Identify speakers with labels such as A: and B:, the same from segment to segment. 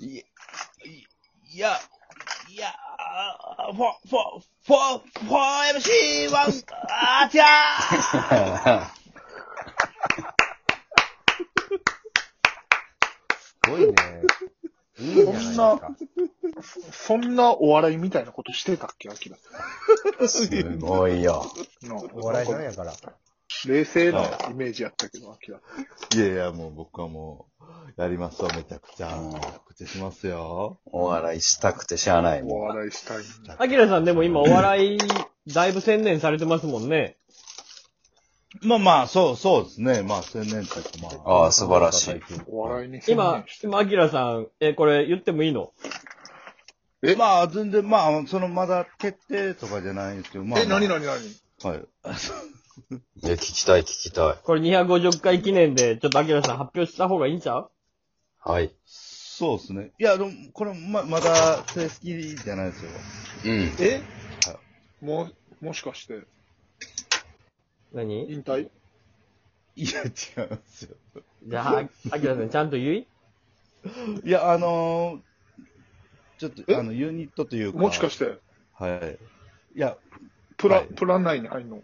A: いいや、いや、あーフォ、フォ、フォ、フォ MC1、あーちゃー
B: すごいね。いいじゃないですか。
C: そんなお笑いみたいなことしてたっけ、アキラ。
D: すごいよ。
C: なあ
B: お笑いなん
C: なんか
B: やから。
C: 冷静なイメージやったけど、アキラ。
E: いやいや、もう僕はもう、やりますよ、めちゃくちゃ。
D: うん
E: めちゃくちゃしますよ。
D: お笑いしたくてしゃあない
C: お
D: もん。
C: 笑いしたいんだ。
F: アキラさんでも今お笑い、だいぶ専念されてますもんね。
E: まあまあ、そう、そうですね。まあ、千年というか、まあ。
D: ああ、素晴らしい。
C: お笑いに専
F: 今
C: 念し、
F: 今、アキラさん、え、これ言ってもいいの
C: え
E: まあ、全然、まあ、その、まだ決定とかじゃないんですけど、まあ、
C: え、なになになに
E: はい。
D: え、聞きたい、聞きたい。
F: これ250回記念で、ちょっとアキラさん発表した方がいいんちゃう
D: はい。
E: そうですね。いや、でも、これ、ま、まだ、正式じゃないですよ。
D: うん。
C: えも、もしかして、
F: 何
C: 引退
E: いや、違うんですよ。
F: じゃあ、アキラさんちゃんと言い
E: いや、あのー、ちょっ
C: え
E: と、あの、ユニットというか。
C: もしかして、
E: はい。いや、
C: プラ、
E: はい
C: プラン内に入んの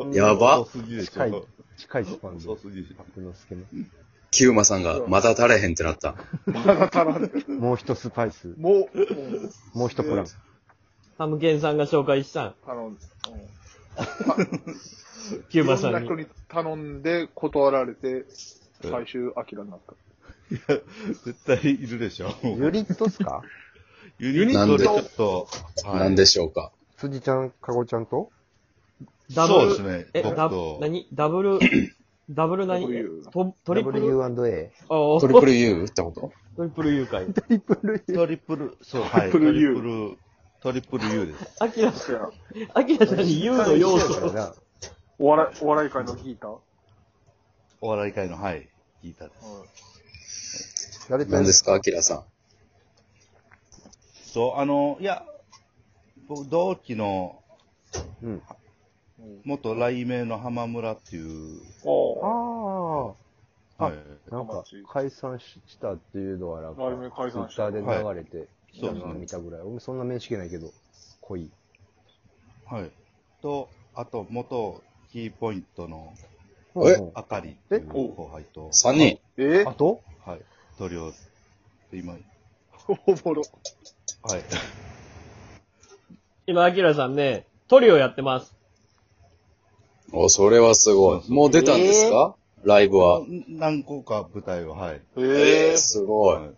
E: 遅
D: やば
E: 遅すぎでし
B: 近い
E: ょ。、
B: 近いスパンで。
E: 遅すぎでしょ。
B: 白之助の。
D: キューマさんがまた足れへんってなった。
C: まだ足らん。
B: もう一スパイス。
C: もう、うん
B: もう一プラン。
F: ハムケンさんが紹介したん。
C: あの、うん
F: キュ
C: いろ
F: ーバ
C: ん
F: さ
C: なん
F: に
C: 人。に頼んで断られて、最終、アキラになった。
E: 絶対いるでしょ。
B: ユニットっすか
E: ユニットでち
D: な
E: ょ
D: ん
E: っと、はい
D: なんでしょうか。
B: 辻ちゃん、かごちゃんと
F: ダブ
E: そう
F: ル、
E: ですね。
F: え、
E: 僕
F: ダブ
E: と、
F: 何ダブル、ダブル何
C: ダブル U
F: トトリプル
B: ?W&A。
F: あー
D: トリプル U ってこと
F: トリプル U かい。
E: トリプル、そう、はい。
C: トリプル U
E: トリプル、トリプル U です。
F: アキラ、
C: いや
F: アキラさんに U の要素。
B: だからな
C: お笑い、お笑い界のギータ
E: お笑い界の、はい、ギターです。
B: 誰とや
D: 何
B: る
D: ですか、アキラさん。
E: そう、あの、いや、僕、同期の
B: うん。
E: 元雷鳴の浜村っていう、
B: あ
C: あ
B: あ。
E: はい。
B: なんか、解散ししたっていうのは、なんか、
C: ライブ解散した
B: Twitter で流れて、
E: そうですね
B: なんか見たぐらい。俺そんな面識ないけど、濃い。
E: はい。と、あと、元キーポイントの
D: え
B: うん
E: あかりっていう
B: え
C: お
E: 後輩と、
D: 3人。
C: あ。え
B: あと
E: はい。トリオ、今、はい。
C: おもろ。
F: 今、アキラさんね、トリオやってます。
D: お、それはすごい。もう出たんですかライブは。
E: 何個か舞台は、はい。
C: ええ
D: すごい
E: は。い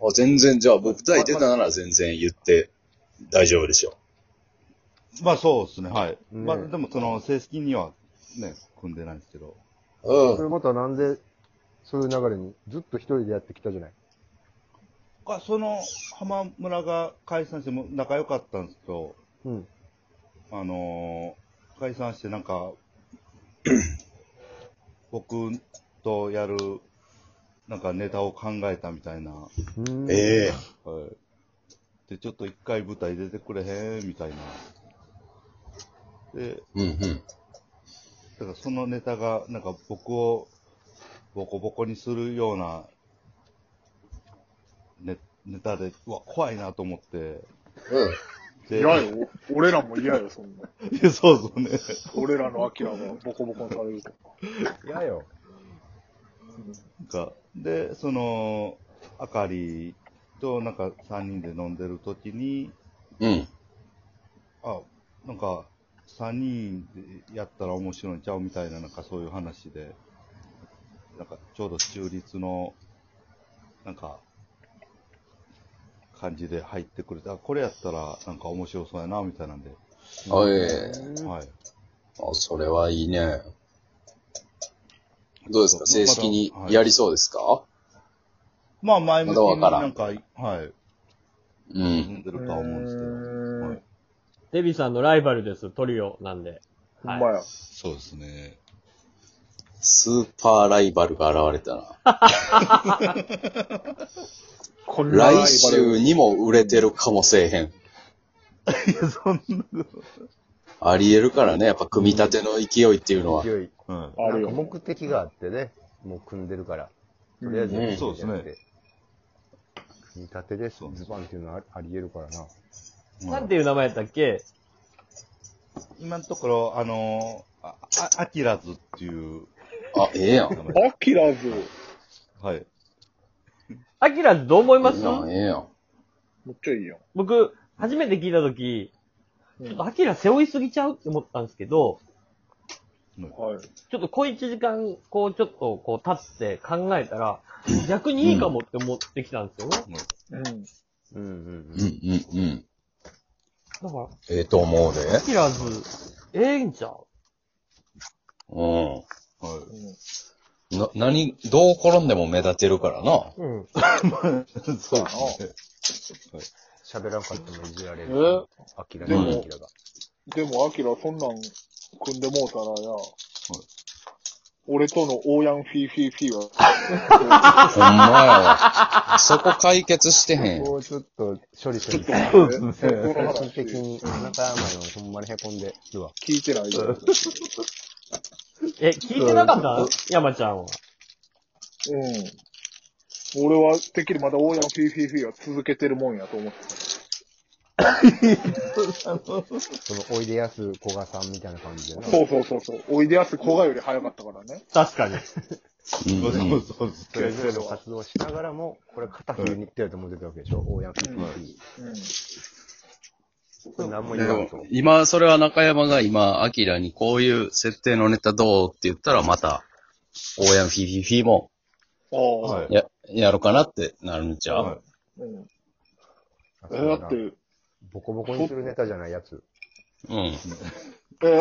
D: あ全然、じゃあ、舞台出たなら全然言って大丈夫でしょ
E: まあそうですね、はい。
B: ね
E: まあでもその正式にはね、組んでないんですけど。
D: う。
B: そ
D: ん。
B: れまたなんで、そういう流れに、ずっと一人でやってきたじゃない。
E: あその浜村が解散しても仲良かったんですけど、
B: うん。
E: あのー解散してなん か、僕とやる、なんかネタを考えたみたいな。は
B: うん
D: ええ
E: い。で、ちょっと一回舞台出てくれへん、みたいな。で、
D: うんうん。
E: だからそのネタが、なんか僕をボコボコにするようなネネタで、うわ、怖いなと思って。
D: うん。
E: で
C: 嫌よ。俺らも嫌よ、そんな。
E: いや そうそうね。
C: 俺らのアキラがボコボコにされるとか。
B: 嫌よ。
E: なんかで、その、あかりとなんか3人で飲んでる時に、
D: うん。
E: あ、なんか3人でやったら面白いんちゃうみたいな、なんかそういう話で、なんかちょうど中立の、なんか、感じで入ってくれて、あ、これやったらなんか面白そうやな、みたいなんで。
D: あ、ええ
E: はい。
D: あ、それはいいね。どうですか正式に
E: はい
D: やりそうですか
E: まあ前向きに
D: まだわからん
E: なんか、はい、
D: う
E: 飲
D: ん。
E: んでるとは思うんですけど。
C: うん
E: はい
F: デビさんのライバルです、トリオなんで。
C: ほんまや。
E: そうですね。
D: スーパーライバルが現れたな。
C: こんなライバル
D: 来週にも売れてるかもせえへん。ありえるからね、やっぱ組み立ての勢いっていうのは。
B: 勢い。
E: は
C: あるよ。
B: 目的があってね。もう組んでるから。とりあえず、
D: うん
E: そうですね。
B: 組み立てでズバンっていうのはあり得るからな。
F: なんていう名前やったっけ
E: 今のところ、あのー、あ、あアキラズっていう
D: あ、ええや
E: 名
D: ん。
E: 前。
C: アキラズ。
E: はい。
F: アキラどう思いま
D: ええ
F: す
D: やん、ええやん。
C: めっちゃいいよ。
F: 僕、初めて聞いたとき、ちょっとアキラ背負いすぎちゃうって思ったんですけど、
C: はい。
F: ちょっと小一時間、こう、ちょっとこう、立って考えたら、逆にいいかもって思ってきたんですよね。
C: うん。
B: うんうん
D: うんうんうん。
F: だから、
D: ええと思うで。
F: アキラズ、ええんちゃう
D: う
E: は
D: ん。な、何、どう転んでも目立てるからな。
F: うん。
E: い。そうですね。
B: 喋らんかったもいじられ
C: え
B: る。明らか
D: で
B: に
D: も
B: 明らか。
C: でも、アキラ、そんなん、組んでもうたらや、俺とのオーヤンフィーフィーフィーは、
D: ほんまやわ。そこ解決してへん。
B: こうちょっと処理してみて。
C: そうです
B: 最
C: ね
B: 終的に、あなたはほんまに凹んでるわ。
C: 聞いてないよ。
F: え、聞いてなかった山ちゃん
C: う
F: は。
C: ん。俺は、てっきりまだオーヤンフィーフィーフィーは続けてるもんやと思って
B: その、おいでやす小賀さんみたいな感じで
C: た。
B: な。
C: そうそうそうそう。おいでやす小賀より早かったからね。
F: 確かに。
D: うん
E: そう
D: うん
E: そう そうです
B: それぞれの活動をしながらも、これ片冬に行ってると思ってたわけでしょ、大山ピーピ
C: うん。
B: ー。これ何も
D: で
B: 言わん
D: も
B: と。
D: 今、それは中山が今、アキラにこういう設定のネタどうって言ったら、また、オーヤンフィフィフィも、
C: ああ、
E: はい。
D: や、やろうかなってなるんちゃ
E: は
D: う、
C: うん。
B: あ
C: え
B: そうだ
C: だ
B: な
C: って、
B: ボコボコにするネタじゃないや つ。
D: うん。
C: え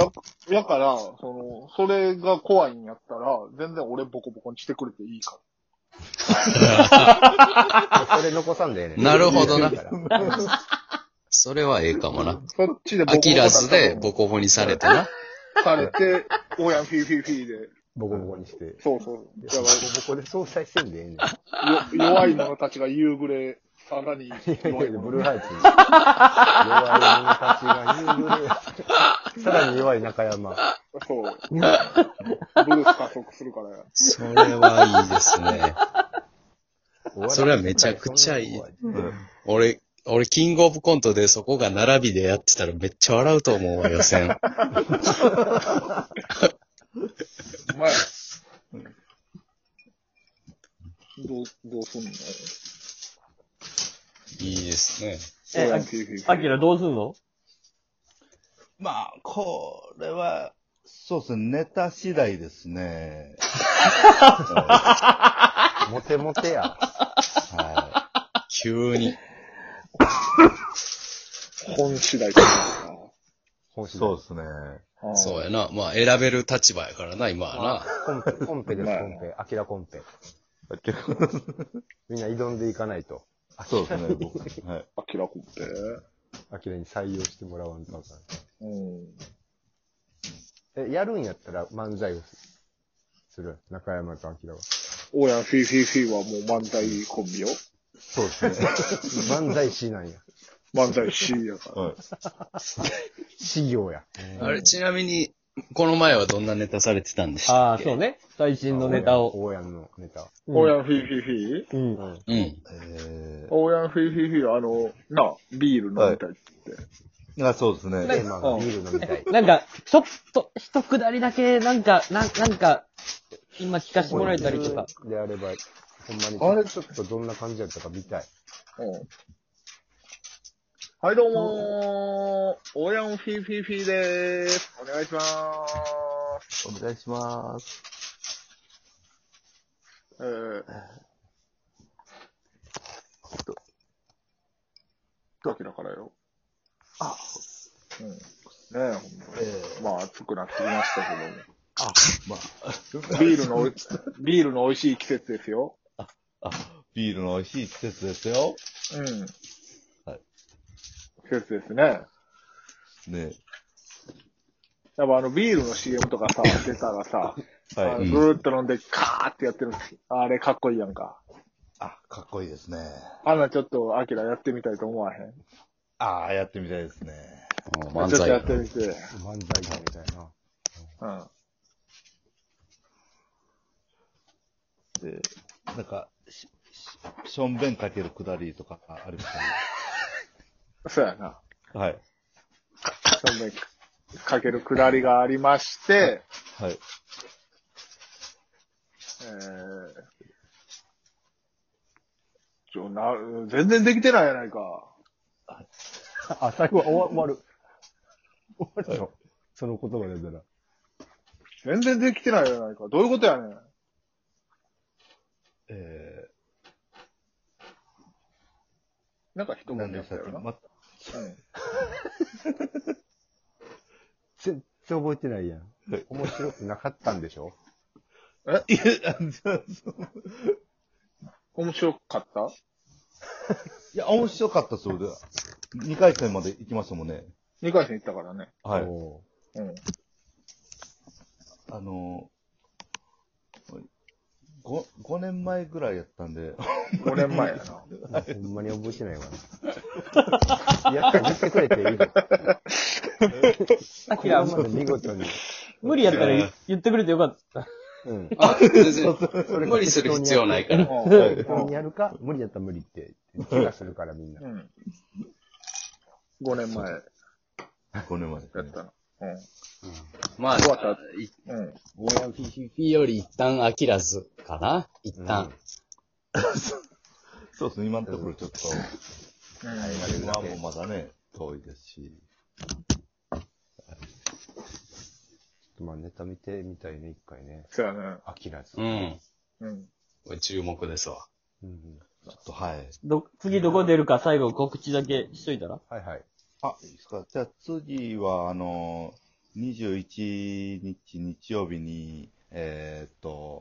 C: やから、その、それが怖いんやったら、全然俺ボコボコにしてくれていいか
B: それ残さんでええねん。
D: なるほどな
B: だから
D: それはええかもな。
C: ら。そっちでボコ
D: ア
C: ボコだ
D: キラ
C: った
D: ズ
C: ら
D: でボコボコにされてな。
C: されて、オーヤンフィーフィーフィーで、
B: ボコボコにして。
C: そうそう。
B: ボ
C: だ
B: コ
C: か
B: ボコで相殺せん でええねん。
C: らよ弱い者たちが夕暮れ、さらに
B: い
C: 弱
B: や
C: い
B: いやブ
C: 者
B: ルーハイツ。弱い者たちが夕暮れ、さらに弱い中山。
C: そう。ブルース加速するからや。
D: それはいいですね。それはめちゃくちゃいい俺、俺、キングオブコントでそこが並びでやってたらめっちゃ笑うと思うわ、予 選。
C: お前、どう、どうすんの
D: いいですね。
F: え
C: オーヤンフィーフィーフィー
F: アキラどうすんの
A: まあ、これは、
E: そうですね。ネタ次第ですね。
B: モテモテや。
E: は
D: 急に。
C: 本次第ってこと
B: 本
E: い。
B: 誌
E: そうですね。
C: かな
D: そうやな。まあ、選べる立場やからな、今は
B: コンペ、コンペです、
C: まあ
B: コンペ。アキラコンペ。
E: 結構
B: みんな挑んでいかないと。
E: そうですね。僕はい。
C: アキラコンペ。
B: アキラに採用してもらわんとあか
C: うん。
B: ん。え、やるんやったら漫才をすする。中山とアキラは。
C: オーヤンフィーフィーフィーはもう漫才コンビよ。
B: そうですね。 漫才師なんや。
C: 漫才 C やから。
E: はい。
B: 師業や。
D: な。あれ、ちなみに、この前はどんなネタされてたんでした
F: あ
D: っ
F: あ、
D: け
F: そうね。最新のネタを。
B: 大家のネタ。
C: オーヤンフィーフィーフィー
F: うん。
B: うん。
D: うん。
E: え
C: オーヤンフィーフィーフィーはあの、なあ、ビール飲みたいって言って。
E: ー、あそうです
B: テ
E: ね。
B: ーマがビール飲みたい。
F: なんか、ちょっと、一くだりだけ、なんか、なんなんか、今聞かせてもらえたりとか。。
B: であれば、ほんまに。
C: あれ
B: ちょっとどんな感じやったか見たい。
C: うんはい、どうもー。オーヤンフィーフィーフィーでーす。お願いしまーす。
E: お願いします。
C: えー。と、明らからよ。あ、うん。ねえ、ほんままあ、暑くなってきましたけども。あ、まあ。ビールのおい、ビールの美味しい季節ですよ。
E: ビールの美味しい季節ですよ。
C: うん。
E: はい
C: 季節ですね。
E: ね。
C: やっぱあのビールの CM とか さ、出たらさ、
E: はい
C: あの
D: う
C: ず
D: ん
C: ーっと飲んで、カーってやってるあれかっこいいやんか。
E: あ、かっこいいですね。
C: あんなちょっと、アキラやってみたいと思わへん。
E: ああ、やってみたいですね。
D: うん漫
C: ちょっと
D: 才
C: やってみて。
B: 漫才みたいな。
C: うん。
E: で、なんか、し、ししょんべんかけるくだりとかありましたね。
C: そうやな。
E: はい。
C: 正面かけるくだりがありまして、
E: はい。
C: えー、ちょな全然できてないやないか。
B: あ、最後は終わ終わる。終わるの。その言葉で言ったら。
C: 全然できてないやないか。どういうことやねん。
E: え
C: なんか一
E: ー、何
C: 文字や
E: でし
C: っ
E: たたっ
C: よ
E: け
C: な。
E: ま、
C: うん
B: 全然覚えてないやん。面白くなかったんでしょ
E: いや、 そう
C: 面白かった
E: いや、面白かったそうで、2回戦まで行きましたもんね。
C: 二回戦行ったからね。
E: はい。
B: お
C: うん。
E: あの5、5年前ぐらいやったんで、
C: 5年前やな。
B: ーほんまに覚えてないわ。いや、言ってくれていいの
F: さっき
B: 今
F: は
B: まで見事に。
F: 無理やったら言言ってくれてよかった。
B: うん。
D: あ、 全然、無理する必要ないから。
C: うんう
B: 適当にやるか、無理だったら無理って、気がするからみんな。
C: ん。5年前や
E: 5年前です
C: っ
E: ね。
C: たな。うん。
D: まあ、
C: 終わった
D: い
C: うん。
D: もやピピピより一旦飽きらずかな一旦。
E: そうですね、今のところちょっと、
C: う
E: 今もまだね、遠いですし。
B: まあネタ見てみたいね、一回ね。
C: そうやね。
B: 飽きらず。
D: うん。
C: うん。
D: これ注目ですわ。
B: うん
E: ちょっと、はい。
F: ど、次どこ出るか最後告知だけしといたら
B: はいはい。
E: あ、いいですか。じゃあ次は、あの、21日日曜日に、えーっと、